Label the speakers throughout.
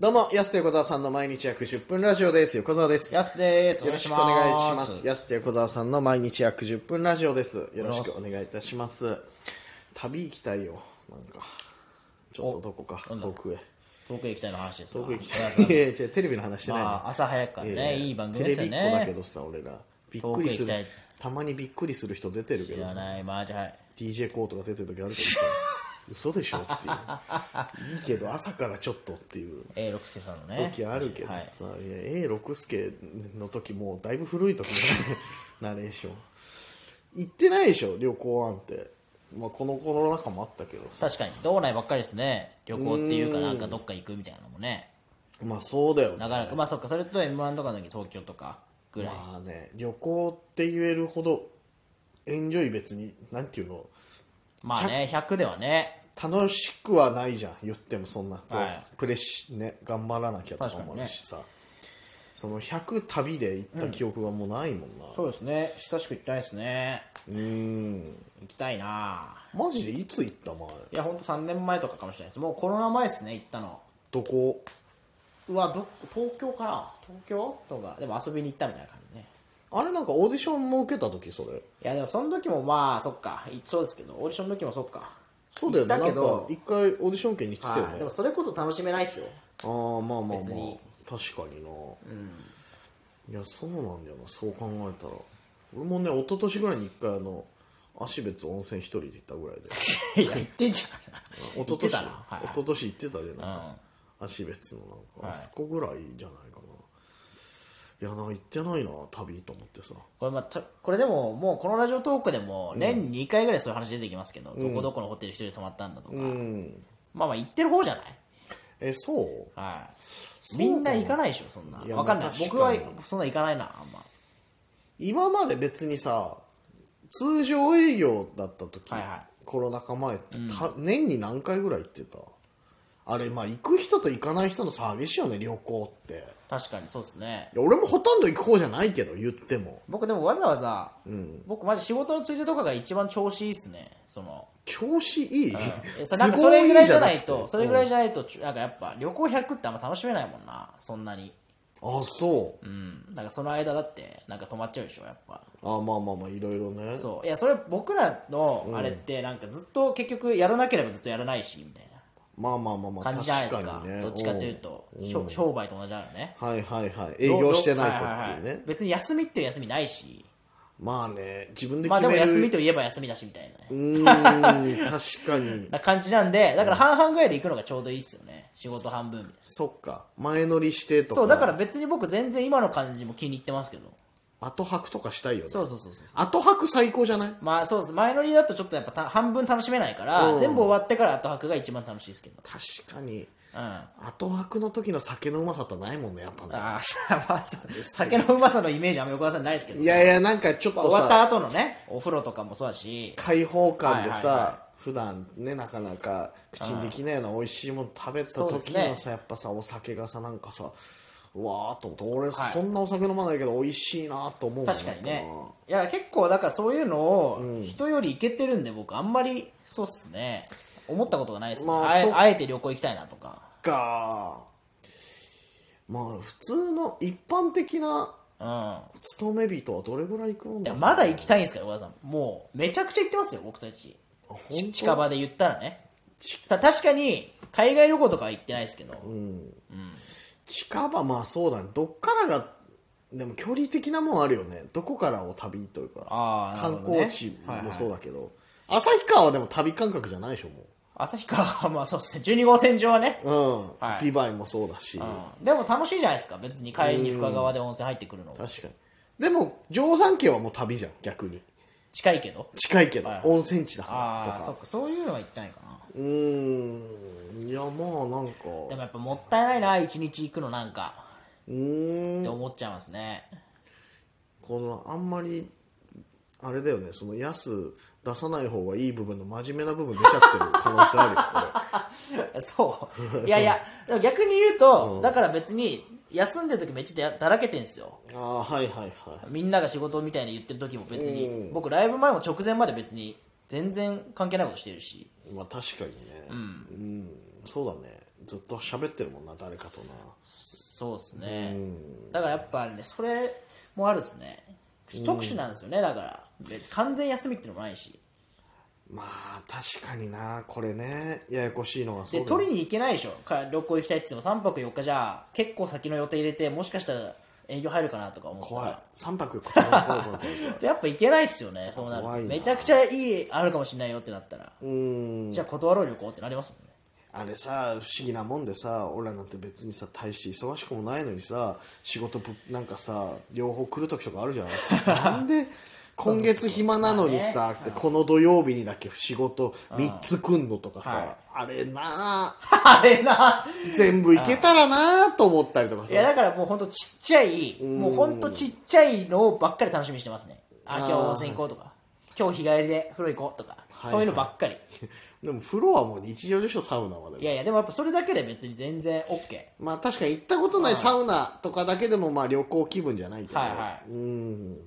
Speaker 1: どうも、安手横澤さんの毎日約10分ラジオです。横澤です。
Speaker 2: やすです。
Speaker 1: よろしくお願いしま
Speaker 2: お
Speaker 1: す。
Speaker 2: 願いし
Speaker 1: 安手横澤さんの毎日約10分ラジオです。よろしくお願いいたします。旅行きたいよ。なんか、ちょっとどこか、
Speaker 2: お
Speaker 1: 遠くへ。
Speaker 2: ます遠くへ行きたいの話ですか
Speaker 1: 遠くへ行き
Speaker 2: お願い
Speaker 1: た い。
Speaker 2: し
Speaker 1: いやいや違うテレビの話してないの。
Speaker 2: まあ朝早くからね
Speaker 1: やや
Speaker 2: いい番組
Speaker 1: テ
Speaker 2: で
Speaker 1: レ
Speaker 2: す
Speaker 1: ビっ
Speaker 2: よね
Speaker 1: 子だけどさ、俺ら。びっくりする
Speaker 2: 遠くへ行き。
Speaker 1: たまにびっくりする人出てるけ
Speaker 2: ま
Speaker 1: ど
Speaker 2: す知ら
Speaker 1: さ、
Speaker 2: ない、マジはい
Speaker 1: DJ コートが出てる時あるけどさ、嘘でしょっていう。いいけど、朝からちょっとっていう。
Speaker 2: A 六輔さんのね。
Speaker 1: 時あるけど
Speaker 2: はい
Speaker 1: さ、いや A 六輔の時もうだいぶ古い時のナレーション行ってないでしょ旅行なんて、まあ、このコロナ禍もあったけどさ
Speaker 2: 確かに、道内ばっかりですね。旅行っていうか、なんかどっか行くみたいなのもね。
Speaker 1: まあそうだよね
Speaker 2: なかなか、まあそっか、それと M1 とかの時東京とかぐらい。
Speaker 1: まあね旅行って言えるほどエンジョイ別になんていうの
Speaker 2: まあね、100ではね。
Speaker 1: 楽しくはないじゃん言ってもそんなこう、
Speaker 2: はい
Speaker 1: プレッシね頑張らなきゃとかもあるしさ、その100旅で行った記憶がもうないもんな、
Speaker 2: そうですね、久しく行ってないですね。
Speaker 1: うん
Speaker 2: 行きたいな
Speaker 1: マジでいつ行った前
Speaker 2: いや、ほんと3年前とかかもしれないです。もうコロナ前ですね、行ったの。
Speaker 1: どこ
Speaker 2: うわ、ど、東京かな東京とか、でも遊びに行ったみたいな感じね。
Speaker 1: あれなんかオーディションも受けた時それ
Speaker 2: いやでもその時もまあそっかいそうですけどオーディションの時もそっか
Speaker 1: そうだよね
Speaker 2: 行ったけ
Speaker 1: なんか
Speaker 2: ど
Speaker 1: 一回オーディション券に来てたよ
Speaker 2: はい
Speaker 1: ね
Speaker 2: でもそれこそ楽しめないっすよ
Speaker 1: ああーまあまあまあ
Speaker 2: 別に
Speaker 1: 確かにな、いやそうなんだよなそう考えたら俺もね一昨年ぐらいに一回あの芦別温泉一人で行ったぐ らいで
Speaker 2: いや言ってんじゃん
Speaker 1: 一昨
Speaker 2: 言って
Speaker 1: 年
Speaker 2: たなはい
Speaker 1: 一昨年行ってたじゃんないか芦別のなんか、あそこぐらいじゃないかないやなんか行ってないな旅と思ってさ
Speaker 2: これ,、まあ、たこれでももうこのラジオトークでも年に2回ぐらいそういう話出てきますけど、どこどこのホテル一人で泊まったんだとか、
Speaker 1: うん
Speaker 2: まあまあ行ってる方じゃない
Speaker 1: えそう
Speaker 2: はい
Speaker 1: そうか
Speaker 2: みんな行かないでしょそんない
Speaker 1: や
Speaker 2: わかんない
Speaker 1: まあ
Speaker 2: 僕は
Speaker 1: 確かに
Speaker 2: そんな行かないなあんま
Speaker 1: 今まで別にさ通常営業だった時、
Speaker 2: はいはい
Speaker 1: コロナ禍前ってた、年に何回ぐらい行ってたあれまあ行く人と行かない人の差激しいよね旅行っていや
Speaker 2: 確かにそうですね
Speaker 1: 俺もほとんど行く方じゃないけど言っても
Speaker 2: 僕でもわざわざ、僕マジ仕事のついでとかが一番調子いいっすねその
Speaker 1: 調子いい、
Speaker 2: えそなん かそれぐらいじゃない
Speaker 1: 都合
Speaker 2: と、そ
Speaker 1: くて
Speaker 2: れぐらいじゃないと、ちゅなんかやっぱ旅行100ってあんま楽しめないもんな、そんなに。
Speaker 1: あそう、
Speaker 2: うん。なんかその間だって、なんか止まっちゃうでしょ、やっぱ。
Speaker 1: あまあまあまあいろいろね
Speaker 2: そう。いや、それ僕らのあれって、なんかずっと結局やらなければずっとやらないし、みたい
Speaker 1: まあまあまあま
Speaker 2: な
Speaker 1: あ
Speaker 2: 感じじゃないですか。
Speaker 1: 確にね
Speaker 2: どっちかというと、しょ商売と同じだよね。
Speaker 1: うんはいはいはい営業してないと
Speaker 2: は
Speaker 1: ってい
Speaker 2: は
Speaker 1: う
Speaker 2: は
Speaker 1: ね、
Speaker 2: い別に休みっていう休みないし、
Speaker 1: まあね自分で
Speaker 2: まあ
Speaker 1: 決
Speaker 2: でも
Speaker 1: める、
Speaker 2: 休みといえば休みだし、みたいなね。
Speaker 1: うーん確かに
Speaker 2: な感じなんで、だから半々ぐらいで行くのがちょうどいいっすよね。仕事半分みたいな。
Speaker 1: そっか前乗りしてとか
Speaker 2: そう、だから別に僕全然今の感じも気に入ってますけど。
Speaker 1: 後泊とかしたいよね
Speaker 2: そうそうそうそう。
Speaker 1: 後泊最高じゃない
Speaker 2: まあそうです前乗りだとちょっとやっぱた半分楽しめないから、
Speaker 1: うん
Speaker 2: 全部終わってから後泊が一番楽しいですけど、
Speaker 1: 確かに
Speaker 2: うん、あ
Speaker 1: 後泊の時の酒のうまさってないもんねやっぱね
Speaker 2: あ まあそう酒のうまさのイメージあんま横田さんないですけど
Speaker 1: いやいやなんかちょっ
Speaker 2: まあ
Speaker 1: と
Speaker 2: 終わった
Speaker 1: さ
Speaker 2: 後のねお風呂とかもそうだし
Speaker 1: 開放感でさ、
Speaker 2: はいはい
Speaker 1: 普段ねなかなか口にできないような美味しいもの食べた
Speaker 2: そうで
Speaker 1: 時
Speaker 2: す
Speaker 1: の
Speaker 2: ね
Speaker 1: さ、やっぱさお酒がさなんかさうわーっと思って俺そんなお酒飲まないけど美味しいなと思うもん
Speaker 2: 確か
Speaker 1: や
Speaker 2: に
Speaker 1: っ
Speaker 2: ね
Speaker 1: ぱない
Speaker 2: や結構だからそういうのを人よりいけてるんで僕あんまりそうっすね思ったことがないですね、
Speaker 1: まあ
Speaker 2: あえ
Speaker 1: そう
Speaker 2: あえて旅行行きたいなとか
Speaker 1: かまあ普通の一般的な
Speaker 2: うん
Speaker 1: 勤め人はどれぐらい行くもん
Speaker 2: い
Speaker 1: だ
Speaker 2: や
Speaker 1: ろう
Speaker 2: まだ行きたいんですか横田さんもうめちゃくちゃ行ってますよ僕たち
Speaker 1: あ本
Speaker 2: ち
Speaker 1: 当
Speaker 2: 近場で言ったらねさ確かに海外旅行とかは行ってないですけど、
Speaker 1: 近場まあそうだねどっからがでも距離的なもんあるよねどこからを旅というか
Speaker 2: あーなる
Speaker 1: 観
Speaker 2: ほどね
Speaker 1: 光地もそうだけど旭川はでも旅感覚じゃないでしょも
Speaker 2: 旭川はまあそうですね12号線上はね、
Speaker 1: ううん、
Speaker 2: はい
Speaker 1: ビバイもそうだし、
Speaker 2: うんでも楽しいじゃないですか別に帰りに深川で温泉入ってくるのも
Speaker 1: 確かにでも定山渓はもう旅じゃん逆に
Speaker 2: 近いけど
Speaker 1: 近いけど、
Speaker 2: はい
Speaker 1: 温泉地だから
Speaker 2: ああ
Speaker 1: と
Speaker 2: そ
Speaker 1: か
Speaker 2: っかそういうのは行ってないかな
Speaker 1: うーんいやまあなんか
Speaker 2: でもやっぱもったいないな一日行くのなんか
Speaker 1: うーん
Speaker 2: って思っちゃいますね、
Speaker 1: このあんまりあれだよねその安出さない方がいい部分の真面目な部分出ちゃってる可能性あるよこれ
Speaker 2: そういやいやでも逆に言うと、だから別に休んでる時めっちゃだらけてんですよ
Speaker 1: ああはいはいはい
Speaker 2: みんなが仕事みたいに言ってる時も別に、僕ライブ前も直前まで別に全然関係ないことしてるし
Speaker 1: まあ確かにねうん、そうだねずっと喋ってるもんな誰かとな
Speaker 2: そうですねだからやっぱねそれもあるですね特殊なんですよねだから別に完全休みってのもないし
Speaker 1: まあ確かになこれねややこしいのはそう
Speaker 2: で
Speaker 1: だな
Speaker 2: 取りに行けないでしょか旅行行きたいって言っても3泊4日じゃ結構先の予定入れてもしかしたら営業入るかなとか思ったら
Speaker 1: 怖い3泊4日怖い怖い怖い
Speaker 2: でやっぱ行けないっすよねそうなると
Speaker 1: 怖いな
Speaker 2: めちゃくちゃいいあるかもしれないよってなったら
Speaker 1: う ーん
Speaker 2: じゃあ断ろう旅行ってなりますもんね
Speaker 1: あれさ不思議なもんでさ俺らなんて別にさ大して忙しくもないのにさ仕事ぶなんかさ両方来る時とかあ るじゃんなんで今月暇なのにさ、この土曜日にだけ仕事3つ来んのとかさ、
Speaker 2: はい
Speaker 1: あれなあ
Speaker 2: あれな
Speaker 1: 全部いけたらなあと思ったりとか
Speaker 2: いや
Speaker 1: さ
Speaker 2: だからもうほんとちっちゃいもうほんとちっちゃいのばっかり楽しみにしてますねあ今日温泉行こうとか今日日帰りで風呂行こうとか、
Speaker 1: い
Speaker 2: そういうのばっかり
Speaker 1: でも風呂はもう日常でしょサウナまで
Speaker 2: いやいやでもやっぱそれだけで別に全然 OK
Speaker 1: まあ確かに行ったことないサウナとかだけでもまあ旅行気分じゃないけど、
Speaker 2: はいはいう
Speaker 1: ーん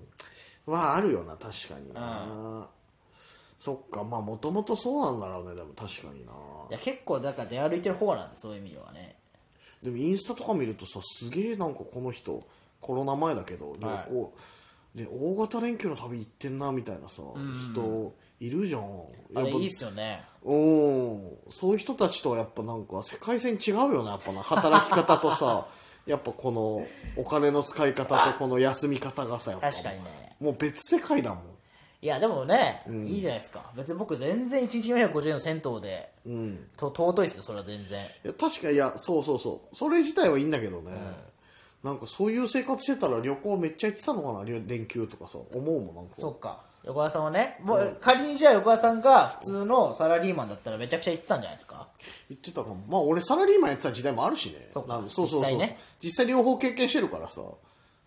Speaker 1: はあるよな確かにな、そっかまあもともとそうなんだろうねでも確かにない
Speaker 2: や結構だから出歩いてる方なんでそういう意味ではね
Speaker 1: でもインスタとか見るとさすげえなんかこの人コロナ前だけど旅行、
Speaker 2: は
Speaker 1: で大型連休の旅行ってんなみたいなさ、人いるじゃん
Speaker 2: あれ
Speaker 1: やっぱ
Speaker 2: いいっすよね
Speaker 1: うんそういう人たちとはやっぱなんか世界線違うよなやっぱな働き方と さやっぱこのお金の使い方とこの休み方がさやっぱ
Speaker 2: 確かにね
Speaker 1: もう別世界だもん
Speaker 2: いやでもね、いいじゃないですか別に僕全然1日450円の銭湯で、と尊いっすよそれは全
Speaker 1: い
Speaker 2: 然
Speaker 1: や確かいやそうそうそうそれ自体はいいんだけどね、なんかそういう生活してたら旅行めっちゃ行ってたのかなりょ連休とかさ思うもんなんか
Speaker 2: そっか横川さんはねもう、仮にじゃあ横川さんが普通のサラリーマンだったらめちゃくちゃ行ってたんじゃないですか
Speaker 1: 言ってたかもまあ俺サラリーマンやってた時代もあるしね
Speaker 2: そっか
Speaker 1: なんでそうそうそう
Speaker 2: 実
Speaker 1: 実
Speaker 2: 際
Speaker 1: 際,、
Speaker 2: ね
Speaker 1: 両方経験してるからさ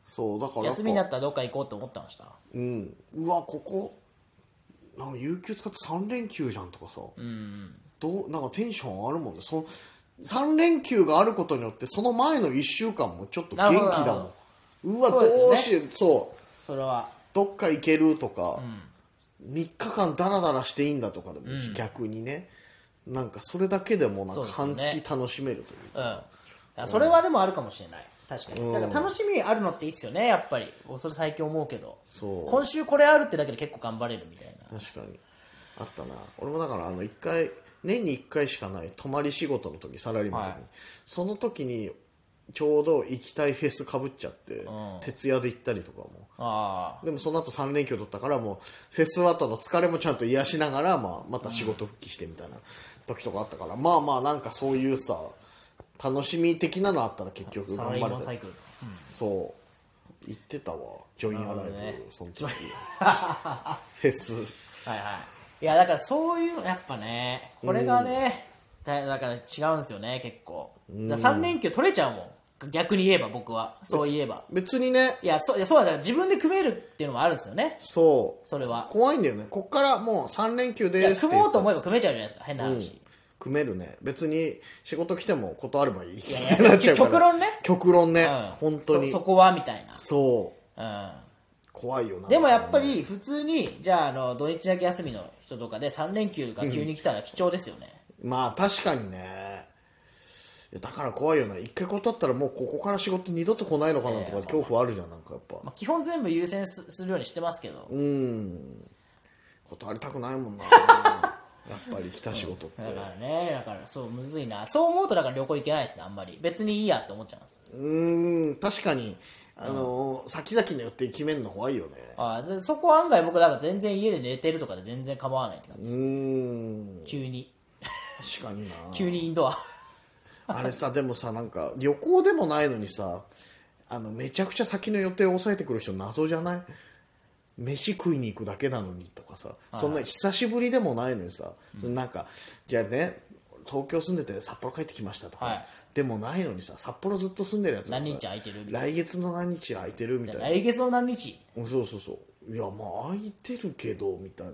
Speaker 1: そうだからやっぱ
Speaker 2: 休みになったらどっか行こうと思ってました
Speaker 1: うん、うわここなんか有給使って3連休じゃんとかさ、どうなんかテンション上がるもんねそ3連休があることによってその前の1週間もちょっと元気
Speaker 2: なるほどな
Speaker 1: だ
Speaker 2: るほ
Speaker 1: もんうわど
Speaker 2: そうですよね
Speaker 1: うしようそう
Speaker 2: それは
Speaker 1: どっか行けるとか、3日間ダラダラしていいんだとかでも、逆にねなんかそれだけでもなん
Speaker 2: そう
Speaker 1: か
Speaker 2: ですよね
Speaker 1: 半月楽しめるという
Speaker 2: うんだからそれはでもあるかもしれない確かにだから楽しみあるのっていいっすよねやっぱりおそれ最近思うけど
Speaker 1: そう
Speaker 2: 今週これあるってだけで結構頑張れるみたいな
Speaker 1: 確かにあったな俺もだからあの1回年に1回しかない泊まり仕事の時サラリーマンの時に、
Speaker 2: はい
Speaker 1: その時にちょうど行きたいフェスかぶっちゃって、
Speaker 2: ん
Speaker 1: 徹夜で行ったりとかも
Speaker 2: あ
Speaker 1: でもその後3連休取ったからもうフェス後の疲れもちゃんと癒しながら、まあ、また仕事復帰してみたいな時とかあったから、まあまあなんかそういうさ楽しみ的なのあったら結
Speaker 2: あ
Speaker 1: 局
Speaker 2: サラ
Speaker 1: 頑
Speaker 2: リーマ
Speaker 1: 張
Speaker 2: ン
Speaker 1: れ
Speaker 2: サイ
Speaker 1: て
Speaker 2: クル
Speaker 1: そう行ってたわジョインアライブ、
Speaker 2: なるほどね
Speaker 1: その時 フェス
Speaker 2: はいはいいやだからそういうのやっぱねこれがね、だだから違うんですよね結構だ3連休取れちゃうもん逆に言えば僕はそう言えば
Speaker 1: 別にね
Speaker 2: いやそういやそうだだから自分で組めるっていうのもあるんですよね
Speaker 1: そう
Speaker 2: それは
Speaker 1: 怖いんだよねこっからもう3連休
Speaker 2: い
Speaker 1: で
Speaker 2: や
Speaker 1: すって
Speaker 2: 組
Speaker 1: 言
Speaker 2: も
Speaker 1: った
Speaker 2: うと
Speaker 1: ら
Speaker 2: 思えば組めちゃうじゃないですか変な話、
Speaker 1: 組めるね別に仕事来ても断ればいい
Speaker 2: やい
Speaker 1: っ
Speaker 2: や
Speaker 1: てなっちゃうから
Speaker 2: 極論ね
Speaker 1: 極論ね、
Speaker 2: うん
Speaker 1: 本当に
Speaker 2: そ
Speaker 1: そ
Speaker 2: そこはみたいなうん
Speaker 1: う怖いよな
Speaker 2: でもやっぱり普通にじゃああの土日だけ休みの人とかで3連休が急に来たら貴重ですよね、
Speaker 1: まあ確かにねいやだから怖いよな一回断ったらもうここから仕事二度と来ないのかなとか恐怖あるじゃんなんかやっぱ
Speaker 2: まあ、基本全部優先すするようにしてますけど、
Speaker 1: 断りたくない もんなやっぱり来た仕事って
Speaker 2: だからねだからそうむずいなそう思うとだから旅行行けないですねあんまり別にいいやって思っちゃいます
Speaker 1: うーん確かにあのー先々によって決めるの怖いよね
Speaker 2: ああぜそこは案外僕だから全然家で寝てるとかで全然構わないって感じ
Speaker 1: うーん
Speaker 2: 急に
Speaker 1: 確かにな
Speaker 2: 急にインドア
Speaker 1: あれさでもさなんか旅行でもないのにさあのめちゃくちゃ先の予定を抑えてくる人謎じゃない飯食いに行くだけなのにとかさそんな久しぶりでもないのにさ、そのなんかじゃあね東京住んでて札幌帰ってきましたとか、
Speaker 2: はい
Speaker 1: でもないのにさ札幌ずっと住んでるやつがさ
Speaker 2: 何日空いてるみた
Speaker 1: 来月の何日空いてるみたいな
Speaker 2: 来月の何日
Speaker 1: うんそうそうそういやまあ空いてるけどみたいな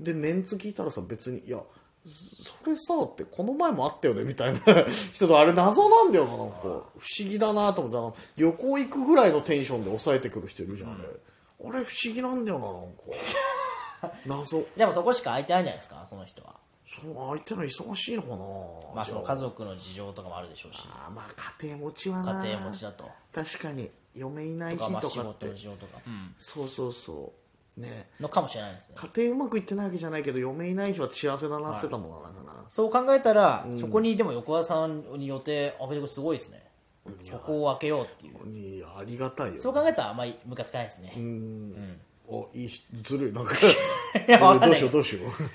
Speaker 1: でメンツ聞いたらさ別にいやそそれさってこの前もあったよねみたいな 人とあれ謎なんだよななんか不思議だなと思ってなんか旅行行くぐらいのテンションで抑えてくる人いるじゃん、あれあれ不思議なんだよななんか 謎
Speaker 2: でもそこしか空いてないんじゃないですかその人は
Speaker 1: その相手の忙しいのかな
Speaker 2: まあ
Speaker 1: じ
Speaker 2: そ
Speaker 1: ゃ
Speaker 2: の家族の事情とかもあるでしょうし
Speaker 1: あまあ家庭持ちはな
Speaker 2: 家庭持ちだと
Speaker 1: 確かに嫁いない
Speaker 2: とかま
Speaker 1: 日
Speaker 2: あ
Speaker 1: と
Speaker 2: 仕
Speaker 1: かっ
Speaker 2: 事
Speaker 1: て
Speaker 2: の事情とか、うん
Speaker 1: そうそうそうね
Speaker 2: のかもしれないですね
Speaker 1: 家庭うまくいってないわけじゃないけど嫁いない日は幸せだなってたもんななんかな、
Speaker 2: そう考えたら、そこにでも横田さんに予定開けてくるすごいですねそこを開けようっていう
Speaker 1: いやありがたいよ
Speaker 2: そう考えたらあんまりムカつかないですね、
Speaker 1: おいいしずるいなんか
Speaker 2: やわ
Speaker 1: そ
Speaker 2: か
Speaker 1: れ
Speaker 2: ん
Speaker 1: どう
Speaker 2: ない
Speaker 1: しようどうしよ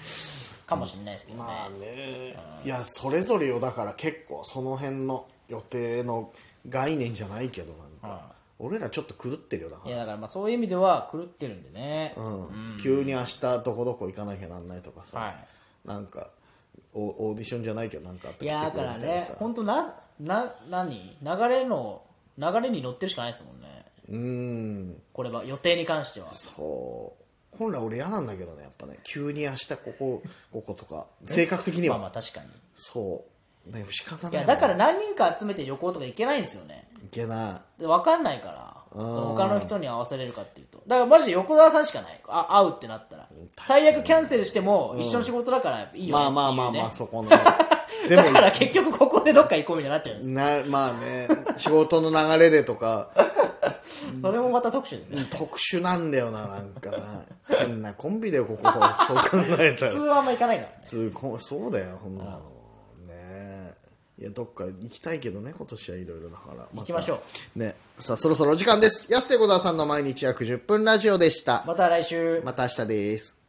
Speaker 1: う
Speaker 2: かもしれないですけどね、
Speaker 1: まあねいやそれぞれよだから結構その辺の予定の概念じゃないけどなんか、俺らちょっと狂ってるよだか
Speaker 2: い
Speaker 1: ら、
Speaker 2: やだからまあそういう意味では狂ってるんでね、
Speaker 1: うん急に明日どこどこ行かなきゃなんないとかさ、
Speaker 2: はい
Speaker 1: なんかオオーディションじゃないけどなんかあった
Speaker 2: いや
Speaker 1: 来て
Speaker 2: だ
Speaker 1: く
Speaker 2: か
Speaker 1: れ
Speaker 2: ら
Speaker 1: みたいな
Speaker 2: ね
Speaker 1: さ
Speaker 2: 本当なな何流れの流れに乗ってるしかないですもんね
Speaker 1: うん
Speaker 2: これは予定に関しては
Speaker 1: そう本来俺嫌なんだけどねやっぱね急に明日こ ここことか性格的に
Speaker 2: まあ
Speaker 1: は、
Speaker 2: まあ確かに
Speaker 1: そうね仕方
Speaker 2: い
Speaker 1: ない
Speaker 2: やだから何人か集めて旅行とか行けないんですよね
Speaker 1: いけな
Speaker 2: で分かんないからその他の人に合わせれるかっていうとだからマジで横澤さんしかないあ会うってなったら最悪キャンセルしても一緒の仕事だからいい
Speaker 1: い
Speaker 2: よ
Speaker 1: ま
Speaker 2: ね
Speaker 1: あまあ
Speaker 2: っていうね
Speaker 1: まあまあそ このでも
Speaker 2: だから結局ここでどっか行こうみたいになっちゃうんですよ
Speaker 1: なまあね仕事の流れでとか
Speaker 2: それもまた特殊ですね
Speaker 1: 特殊なんだよななんかな変なコンビだよここそう考えたら
Speaker 2: 普通はあんま行かないからね
Speaker 1: 通こそうだよこんなのねいやどっか行きたいけどね今年はいろいろだから
Speaker 2: 行きましょ
Speaker 1: うねさあそろそろお時間です安手小沢さんの毎日約10分ラジオでした
Speaker 2: また来週
Speaker 1: また明日です